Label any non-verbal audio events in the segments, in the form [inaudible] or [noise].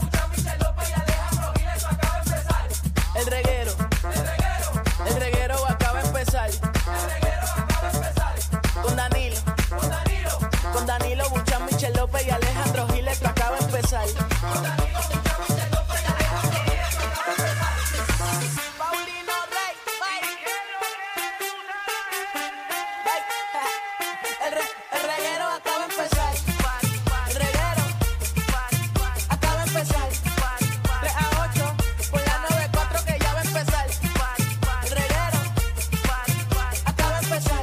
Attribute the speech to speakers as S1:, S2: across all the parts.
S1: Buchan, Michel López y Alejandro Giles, esto acaba de empezar. El reguero. El reguero. El reguero acaba de empezar. El reguero acaba de empezar. Con Danilo. Con Danilo. Con Danilo Buchan, Michel López y Alejandro Giles, esto acaba de empezar. Paulino Rey. El, re- el reguero acaba de empezar. El reguero acaba de empezar. 3 a 8 por la 94 que ya va a empezar. El reguero acaba de empezar.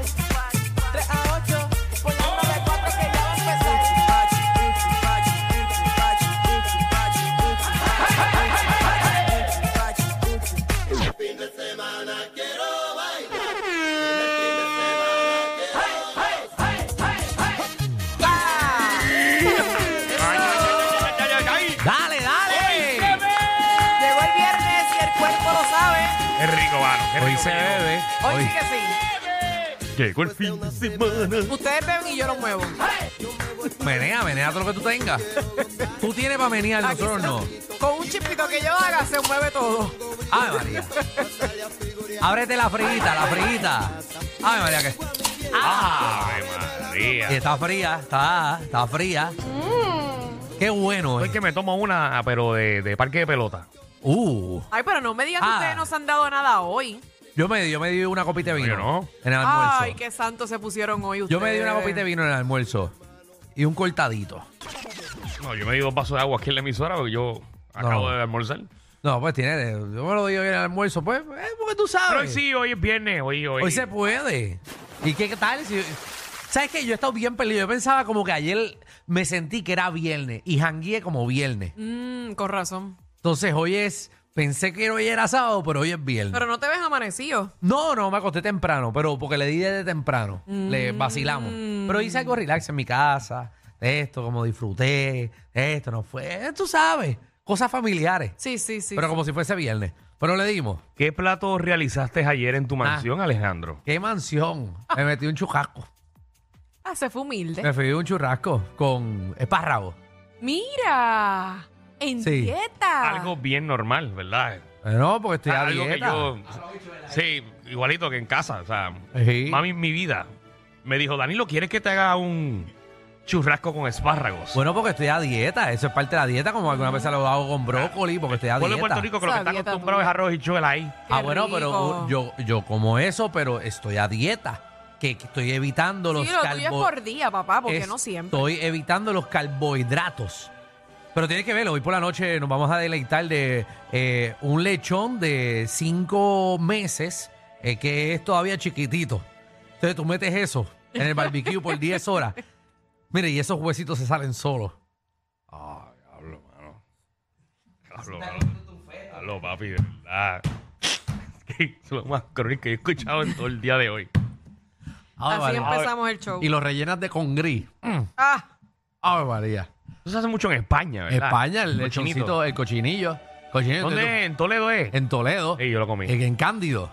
S1: 3 a 8 por la 94 que ya va a empezar.
S2: Dale, dale.
S1: Llegó el viernes y el cuerpo lo sabe.
S3: Es rico, mano. qué
S2: Hoy
S3: rico
S2: se
S3: que
S2: bebe.
S1: Hoy
S2: Hoy
S1: sí que sí.
S3: Llegó el fin de semana.
S1: Ustedes beben y yo los muevo.
S2: menea, menea todo lo que tú tengas. Tú tienes para menear,
S1: Aquí
S2: nosotros no.
S1: está. Con un chipito que yo haga se mueve todo.
S2: Ave María. Ábrete la frita, la frita. Ave María, que.
S3: Ave María.
S2: Y está fría, está, está fría.
S1: Mm.
S2: Qué bueno.
S3: Hoy
S2: eh.
S3: que me tomo una, pero de, de parque de pelota.
S2: Uh.
S4: Ay, pero no me digas
S2: Ah.
S4: que ustedes no se han dado nada hoy.
S2: Yo me, di- yo me di una copita de vino.
S3: Yo no.
S2: En el almuerzo.
S4: Ay, qué santos se pusieron hoy ustedes.
S2: Yo me di una copita de vino en el almuerzo. Y un cortadito.
S3: No, yo me di dos vasos de agua aquí en la emisora porque yo acabo de almorzar.
S2: No, pues tiene. Yo me lo di hoy en el almuerzo. Pues, eh, porque tú sabes.
S3: Pero hoy sí, hoy es viernes. Hoy, hoy.
S2: Hoy se puede. ¿Y qué tal? si- ¿Sabes qué? Yo he estado bien perdido. Yo pensaba como que ayer me sentí que era viernes y jangué como viernes.
S4: Mm, con razón.
S2: Entonces hoy es. Pensé que hoy era sábado, pero hoy es viernes.
S4: Pero no te ves amanecido.
S2: no, no, me acosté temprano, pero porque le di desde temprano. Le
S4: Mm.
S2: vacilamos. Pero hice algo relax en mi casa. de Esto, como disfruté. de Esto no fue. Tú sabes. Cosas familiares.
S4: Sí, sí, sí.
S2: pero como si fuese viernes. Pero le dimos.
S3: ¿Qué plato realizaste ayer en tu mansión, Alejandro?
S2: ¡Qué mansión! Me metí un churrasco.
S4: Ah, se fue humilde.
S2: Me fui un churrasco con espárragos.
S4: Mira. En
S2: Sí.
S4: dieta.
S3: Algo bien normal, ¿verdad?
S2: Eh, No, porque estoy a
S3: Ah, Algo que
S2: dieta.
S3: yo. Sí, igualito que en casa. O sea,
S2: Sí.
S3: mami, mi vida. Me dijo, Danilo, ¿quieres que te haga un churrasco con espárragos?
S2: Bueno, porque estoy a dieta. Eso es parte de la dieta, como alguna vez lo hago con brócoli, porque estoy a
S3: Pueblo
S2: dieta.
S3: de Puerto Rico que lo que
S4: Esa
S3: está
S4: dieta
S3: acostumbrado es
S4: tuya.
S3: arroz y chuela ahí.
S4: Qué
S2: Ah, bueno,
S4: rico.
S2: pero uh, yo, yo como eso, pero estoy a dieta. Que que estoy evitando los
S4: Sí, lo tuyo es por
S2: carbohidratos.
S4: día, papá, porque no siempre.
S2: Estoy evitando los carbohidratos. Pero tienes que verlo. Hoy por la noche nos vamos a deleitar de eh, un lechón de cinco meses, eh, que es todavía chiquitito. Entonces tú metes eso en el barbecue por 10 horas. Mire, y esos huesitos se salen solos.
S3: Ah, hablo, mano. Hablo, mano. Hablo, papi, de verdad. [laughs] Es lo más cruel que he escuchado en todo el día de hoy.
S2: Ave
S4: Así
S2: María.
S4: empezamos el show.
S2: Y los rellenas de con gris.
S4: Ah,
S2: Ave María.
S3: Eso se hace mucho en España, ¿verdad?
S2: España,
S3: Cochinito.
S2: el lechoncito, el cochinillo. Cochinillo
S3: ¿Dónde? es? ¿En Toledo es?
S2: En Toledo.
S3: Sí, yo lo comí.
S2: En, en Cándido.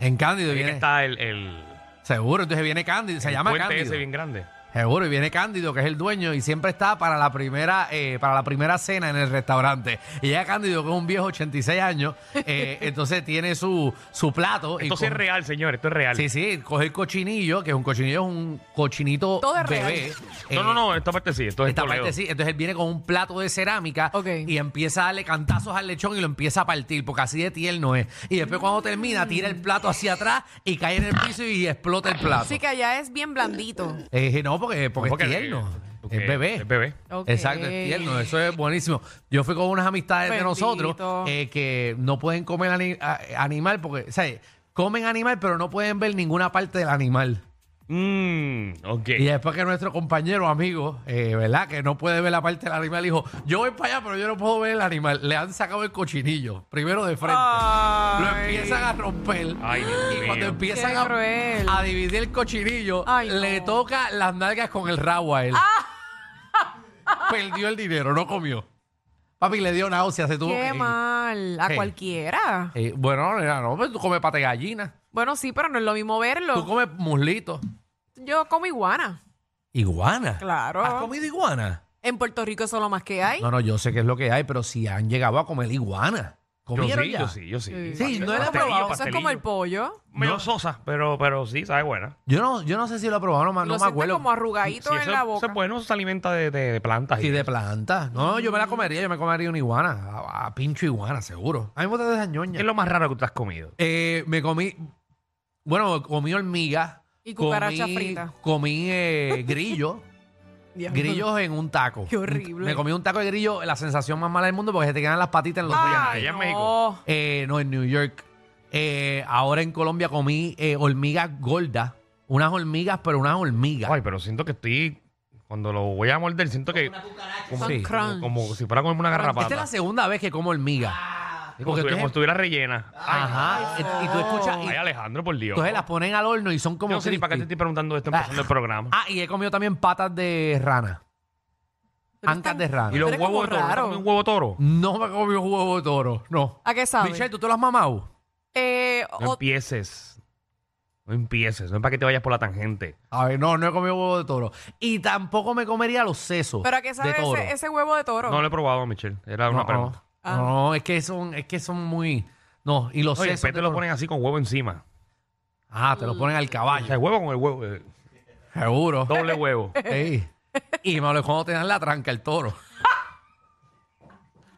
S2: En Cándido
S3: Ahí que
S2: viene.
S3: está el, el
S2: Seguro, entonces viene Cándido. Se
S3: el
S2: llama
S3: puente
S2: Cándido.
S3: ese bien grande.
S2: Seguro, y viene Cándido, que es el dueño, y siempre está para la primera, eh, para la primera cena en el restaurante. Y ya Cándido, que es un viejo 86 años, eh,
S3: [laughs]
S2: entonces tiene su, su plato. y
S3: Esto sí es
S2: con-
S3: real, señor, esto es real.
S2: Sí, sí, coge el cochinillo, que es un cochinillo, es un cochinito
S4: Todo es real.
S2: bebé.
S3: No,
S2: eh,
S3: no, no, esta parte sí, esto es en
S2: Esta
S3: Toledo.
S2: parte sí, entonces él viene con un plato de cerámica
S4: Ok.
S2: y empieza a darle cantazos al lechón y lo empieza a partir, porque así de tierno es. Y después cuando termina, tira el plato hacia atrás y cae en el piso y explota el plato.
S4: así que allá es bien blandito.
S2: Eh, no, porque, porque,
S3: Porque- eh,
S2: es tierno.
S3: porque
S2: Es bebé.
S3: Es bebé.
S4: Ok.
S2: Exacto, es tierno, eso es buenísimo. Yo fui con unas amistades de
S4: Bendito.
S2: nosotros eh, que no pueden comer ani- a- animal porque, o sea, comen animal pero no pueden ver ninguna parte del animal.
S3: Mmm, ok.
S2: Y después que nuestro compañero, amigo, eh, ¿verdad? Que no puede ver la parte del animal, dijo, yo voy para allá pero yo no puedo ver el animal. Le han sacado el cochinillo, primero de frente.
S4: Ay.
S2: Lo empiezan a romper.
S3: Ay, Dios
S2: y
S3: mío.
S2: cuando empiezan
S4: Qué cruel.
S2: a, a dividir el cochinillo,
S4: Ay, no.
S2: le toca las nalgas con el rabo a él.
S4: Ah.
S2: Perdió el dinero, no comió. Papi le dio náuseas, se tuvo
S4: Qué
S2: que ir.
S4: mal. A
S2: Sí.
S4: cualquiera.
S2: Eh, bueno, nena, no, pero tú comes pata de gallina,
S4: Bueno, sí, pero no es lo mismo
S2: tú
S4: verlo.
S2: comes muslito.
S4: Yo como iguana.
S2: Iguana.
S4: Claro. ¿Eh?
S2: ¿Has comido iguana?
S4: En Puerto Rico eso es lo más que hay.
S2: No, no, yo sé qué es lo que hay, pero si han llegado a comer iguana.
S3: Yo
S2: ¿Comieron
S3: sí,
S2: ya?
S3: yo sí, yo sí.
S2: Sí, no
S3: era
S2: la he
S4: Pastelillo,
S2: probado.
S4: Eso es como el pollo.
S3: Medio
S2: No.
S3: sosa, pero, pero sí, sabe buena.
S2: Yo no, yo no sé si lo he probado, Ah, no, ma- no
S4: lo
S2: me
S4: sientes
S2: acuerdo.
S4: como arrugadito
S3: Sí,
S4: en
S3: eso-
S4: la
S3: Eso
S4: boca.
S3: es bueno, eso se alimenta de, de, de plantas. y-
S2: Sí, de planta. No, yo me la comería, yo me comería una iguana, a, a pincho iguana, seguro. A mí me gusta esa ñoña.
S3: ¿Qué es lo más raro que tú has comido?
S2: Eh, me comí, bueno, comí hormigas.
S4: Y cucaracha
S2: comí,
S4: frita.
S2: Comí eh, grillo,
S4: [laughs] Diablo.
S2: grillos en un taco.
S4: Qué horrible.
S2: Me comí un taco de grillo, la sensación más mala del mundo porque se te quedan las patitas en los
S4: Ay,
S3: allá en
S4: no.
S3: México.
S2: Eh, no, en New York. Eh, ahora en Colombia comí eh, hormigas gordas. Unas hormigas, pero unas hormigas.
S3: Ay, pero siento que estoy. Cuando lo voy a morder, siento que. Como,
S2: Sí.
S3: como, como si fuera a comerme una
S2: Esta es
S3: garrapata.
S2: este la segunda vez que como hormigas.
S3: Sí, Ah. Como
S2: porque
S3: si
S2: tú
S3: como
S2: eres-
S3: si estuviera rellena.
S2: Ajá. y, y tú escuchas. Ah, y-
S3: Ay, Alejandro, por Dios.
S2: entonces las ponen al horno y son
S3: Yo
S2: como.
S3: no sé ni para qué te
S2: crispy.
S3: estoy preguntando esto empezando el programa.
S2: Ah, y he comido también patas de rana.
S4: Pero
S2: Ancas
S4: están-
S2: de rana.
S3: ¿Y los
S4: Pero es como
S3: huevos de toro?
S4: raro.
S3: ¿No comes ¿Un huevo de toro?
S2: No me comí un huevo de toro, no.
S4: ¿A qué sabe?
S2: Michelle, ¿tú te lo has mamado?
S4: Eh,
S3: No
S4: o-
S3: empieces. No empieces. No es para que te vayas por la tangente.
S2: A ver, no, no he comido huevo de toro. Y tampoco me comería los sesos
S4: ¿Pero a qué sabe
S2: de toro.
S4: ese, ese huevo de toro?
S3: No lo he probado, Michelle. Era
S2: No,
S3: una
S2: no,
S3: pregunta.
S4: Ah.
S2: No, es que son, es que son muy... No, y los
S3: No, y
S2: sesos
S3: después
S2: de
S3: te lo
S2: toro.
S3: ponen así con huevo encima.
S2: Ah, te lo ponen al
S3: O sea,
S2: caballo,
S3: el huevo con el huevo. eh,
S2: seguro.
S3: doble huevo.
S2: Ey. Y malo es cuando te dan la tranca el toro. [laughs]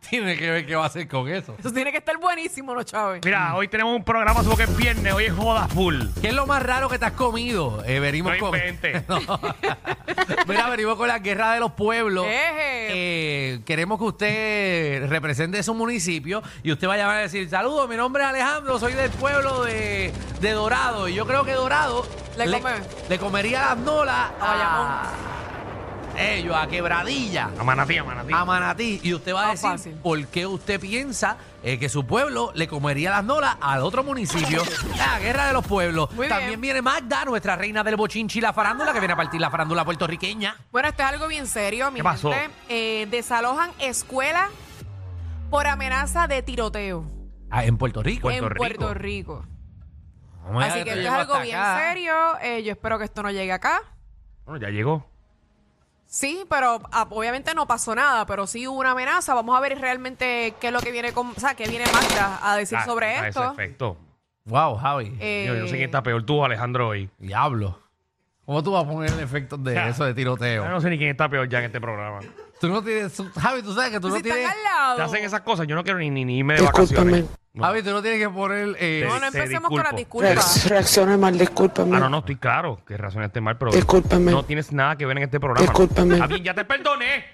S2: Tiene que ver qué va a hacer con eso.
S4: Eso tiene que estar buenísimo, ¿no, Chávez?
S3: Mira, hoy tenemos un programa, supongo que es viernes. Hoy es joda full.
S2: ¿Qué es lo más raro que te has comido? Eh, venimos
S3: No
S2: con...
S3: inventes.
S2: [laughs] No. Mira, venimos con la guerra de los pueblos.
S4: Eje.
S2: Eh, queremos que usted represente su municipio y usted va a llamar a decir, saludos, mi nombre es Alejandro, soy del pueblo de, de Dorado. Y yo creo que Dorado
S4: Le come.
S2: le comería las nolas a,
S4: A
S2: ellos, a Quebradilla.
S3: A manatí, a manatí.
S2: A Manatí, y usted va a
S4: Más
S2: decir
S4: Ah, fácil.
S2: por qué usted piensa eh, que su pueblo le comería las nolas al
S4: [laughs]
S2: otro municipio. La guerra de los pueblos.
S4: Muy bien.
S2: También viene Magda, nuestra reina del bochinchi y la farándula, que viene a partir la farándula puertorriqueña.
S4: Bueno, esto es algo bien serio, mi
S3: ¿Qué pasó?
S4: gente. Eh, desalojan escuela por amenaza de tiroteo
S2: Ah, en Puerto Rico.
S4: en
S3: Puerto
S4: Puerto Rico.
S3: ah,
S4: Así que esto es algo bien serio. Eh, yo espero que esto no llegue acá.
S3: Bueno, ya llegó.
S4: Sí, pero ah, obviamente no pasó nada, pero sí hubo una amenaza. Vamos a ver realmente qué es lo que viene con, o sea, qué viene Magda a decir
S3: Ah,
S4: sobre
S3: a
S4: esto.
S3: Ese efecto.
S2: Wow, Javi.
S4: Eh,
S3: Yo, yo no sé quién está peor, tú o Alejandro hoy.
S2: Diablo. ¿Cómo tú vas a poner efectos de
S3: Ya.
S2: eso de
S3: Yo
S2: tiroteo?
S3: no sé ni quién está peor ya en este programa. Te
S2: Tú no tienes. tú- Javi, tú sabes que tú
S4: pues si
S2: no
S4: están
S2: tienes.
S4: al lado.
S3: hacen esas cosas, yo no quiero ni, ni, ni irme de vacaciones. ah, No.
S2: Javi, tú no tienes que poner. eh,
S4: No, no
S3: Te
S4: empecemos con las
S3: disculpo.
S2: Pues,
S4: disculpas.
S5: Reaccione mal, discúlpame.
S3: Ah, no, no, estoy claro que razonaste mal, pero
S5: Discúlpame.
S3: no tienes nada que ver en este programa.
S5: Discúlpame.
S3: Está bien, ya te perdoné.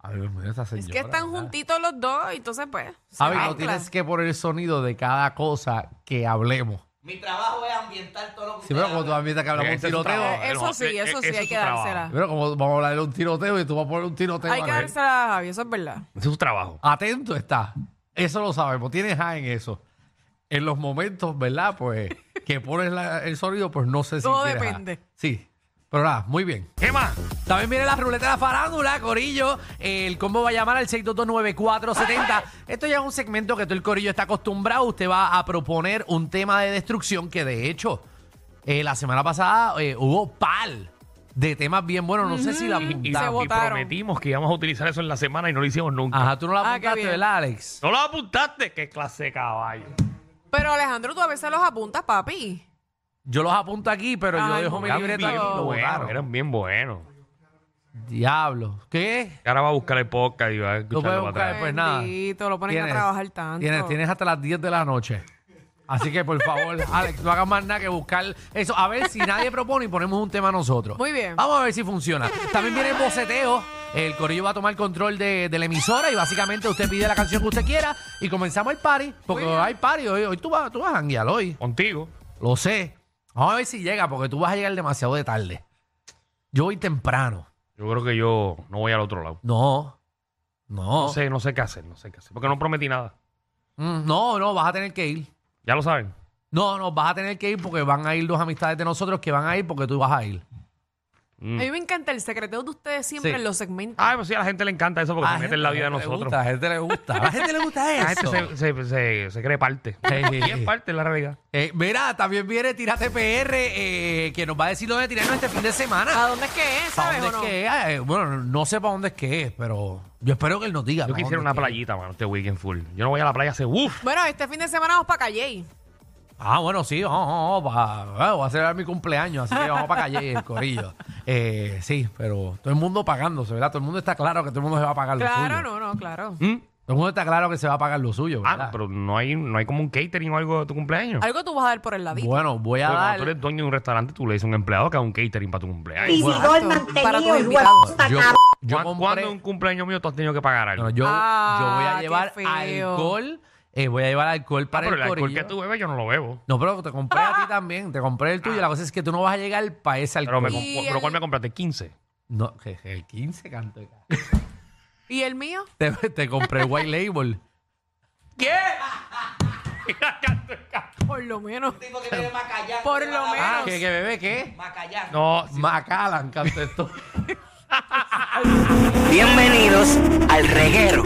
S2: Ay, Dios mío, esa
S4: Es que
S2: señora,
S4: están
S2: ¿verdad?
S4: juntitos los dos, y entonces pues. se
S2: Javi, no
S4: mezclan.
S2: tienes que poner el sonido de cada cosa que hablemos.
S1: Mi trabajo es ambientar todo lo que
S2: Sí,
S1: ustedes
S2: pero como tú
S1: hablan.
S2: también que hablamos de un
S3: Ese este es su
S2: tiroteo.
S3: trabajo.
S4: Eh, Eso
S3: No,
S4: sí,
S3: eh,
S4: eso
S3: eh,
S4: sí,
S3: eso
S4: hay
S3: es
S4: que
S3: su trabajo.
S4: dársela.
S2: Pero como vamos a hablar de un tiroteo y tú vas a poner un tiroteo.
S4: Hay que
S2: a ver.
S4: dársela a Javi, eso es verdad.
S3: Ese es su trabajo.
S2: Atento está. Eso lo sabemos. Tienes A en eso. En los momentos, ¿verdad? Pues que pones la- el sonido, pues no sé si.
S4: Todo
S2: tienes A.
S4: depende.
S2: Sí. Pero nada, muy bien.
S3: ¿Qué más?
S2: También viene la ruleta de la farándula, Corillo. El combo va a llamar al 6229470. Esto ya es un segmento que todo el Corillo está acostumbrado. Usted va a proponer un tema de destrucción que, de hecho, eh, la semana pasada eh, hubo pal de temas bien buenos. No sé si la
S3: Y,
S4: se
S2: apuntamos.
S4: votó. votaron.
S3: prometimos que íbamos a utilizar eso en la semana y no lo hicimos nunca.
S2: Ajá, tú no la
S4: Ah, qué
S2: apuntaste,
S4: bien.
S2: ¿verdad, Alex?
S3: ¿No lo apuntaste? ¡Qué clase de caballo!
S4: Pero Alejandro, tú a veces los apuntas, papi.
S2: Yo los apunto aquí, pero yo
S4: Ay,
S2: dejo mi
S4: eran
S2: libreto aquí.
S4: bien
S2: Lo
S3: buenos,
S2: votaron.
S3: eran bien buenos.
S2: Diablo. ¿Qué?
S3: Y Ahora va a buscar el podcast y va a escucharlo
S2: puedes
S3: para
S2: buscar
S3: atrás.
S2: Pues nada.
S4: Bendito, lo ponen a trabajar tanto.
S2: Tienes, tienes hasta las 10 de la noche. Así que por
S4: [laughs]
S2: favor, Alex, no hagas más nada que buscar eso. A ver si nadie propone y ponemos un tema nosotros.
S4: Muy bien.
S2: Vamos a ver si funciona. También viene el boceteo. El corillo va a tomar control de, de la emisora y básicamente usted pide la canción que usted quiera y comenzamos el party. Porque
S4: Muy bien.
S2: hay party hoy. Hoy tú vas, tú vas a janguear hoy.
S3: Contigo.
S2: Lo sé. Vamos a ver si llega porque tú vas a llegar demasiado de tarde. Yo voy temprano.
S3: Yo creo que yo no voy al otro lado.
S2: No. No.
S3: No sé, no sé qué hacer, no sé qué hacer. Porque no prometí nada.
S2: Mm, No, no, vas a tener que ir.
S3: Ya lo saben.
S2: No, no, vas a tener que ir porque van a ir dos amistades de nosotros que van a ir porque tú vas a ir.
S4: A mí me encanta el secreteo de ustedes siempre
S2: Sí.
S4: en los segmentos.
S3: Mm. Ay, pues sí, a la gente le encanta eso porque
S2: A
S3: se mete en la vida de
S2: gente le
S3: nosotros.
S2: gusta, a la gente le gusta. A la gente le
S3: [laughs]
S2: gusta
S3: La gente se,
S2: eso.
S3: se, se, se cree parte.
S2: Sí.
S3: Y es parte de la realidad.
S2: Eh, mira, también viene Tirate PR, eh, que nos va a decir dónde tirarnos este fin de semana.
S4: ¿A dónde es que es?
S2: ¿Para
S4: ¿Sabes
S2: dónde
S4: o
S2: es
S4: no?
S2: que es? Eh, bueno, no sé para dónde es que es, pero yo espero que él nos diga.
S3: Yo
S2: para
S3: quisiera una
S2: dónde es que es.
S3: playita, mano, este weekend full. Yo no voy a la playa hace uff.
S4: Bueno, este fin de semana vamos para Calle.
S2: Ah, bueno, sí, vamos, vamos, vamos, pa- ah, voy a celebrar mi cumpleaños, así que vamos para calle,
S4: [laughs]
S2: el corillo. Eh, sí, pero todo el mundo pagándose, ¿verdad? Todo el mundo está claro que todo el mundo se va a pagar lo
S4: Claro,
S2: suyo.
S4: no, no, claro.
S2: Todo el mundo está claro que se va a pagar lo suyo,
S3: Ah,
S2: ¿Mm? ¿verdad?
S3: no, pero no hay, no hay como un catering o algo de tu cumpleaños.
S4: Algo tú vas a dar por el ladito.
S2: Bueno, voy a
S3: Porque
S2: dar...
S3: cuando tú eres dueño de un restaurante, tú le dices a un empleado que haga un catering para tu cumpleaños.
S5: Y
S2: Bueno,
S5: si gol
S4: para tus
S5: mantenido,
S4: invitados.
S5: huevos está
S2: Yo,
S5: cabrón.
S2: yo
S3: ¿Cuán-
S2: compré-
S3: ¿Cuándo en un cumpleaños mío tú has tenido que pagar algo?
S2: No, yo,
S4: Ah,
S2: yo voy a
S4: qué
S2: llevar
S4: feo.
S2: alcohol, eh, voy a llevar alcohol
S3: Ah,
S2: para
S3: pero
S2: el
S3: el alcohol
S2: corillo.
S3: que tú bebes yo no lo bebo.
S2: No, pero te compré a
S4: Ah.
S2: ti también, te compré el tuyo. La cosa es que tú no vas a llegar para ese
S3: Ah. Pero,
S2: alcohol.
S3: me,
S4: Y
S3: comp-
S4: el-
S3: pero ¿cuál me compraste? 15.
S2: No, que- que el 15 canto. de ca- [laughs]
S4: ¿Y el mío?
S2: Te, te compré el white label.
S4: Por lo menos. Por lo
S2: Ah,
S4: menos.
S2: ¿que, que bebé qué?
S3: No,
S2: Macalan, canto esto.
S1: Bienvenidos al reguero.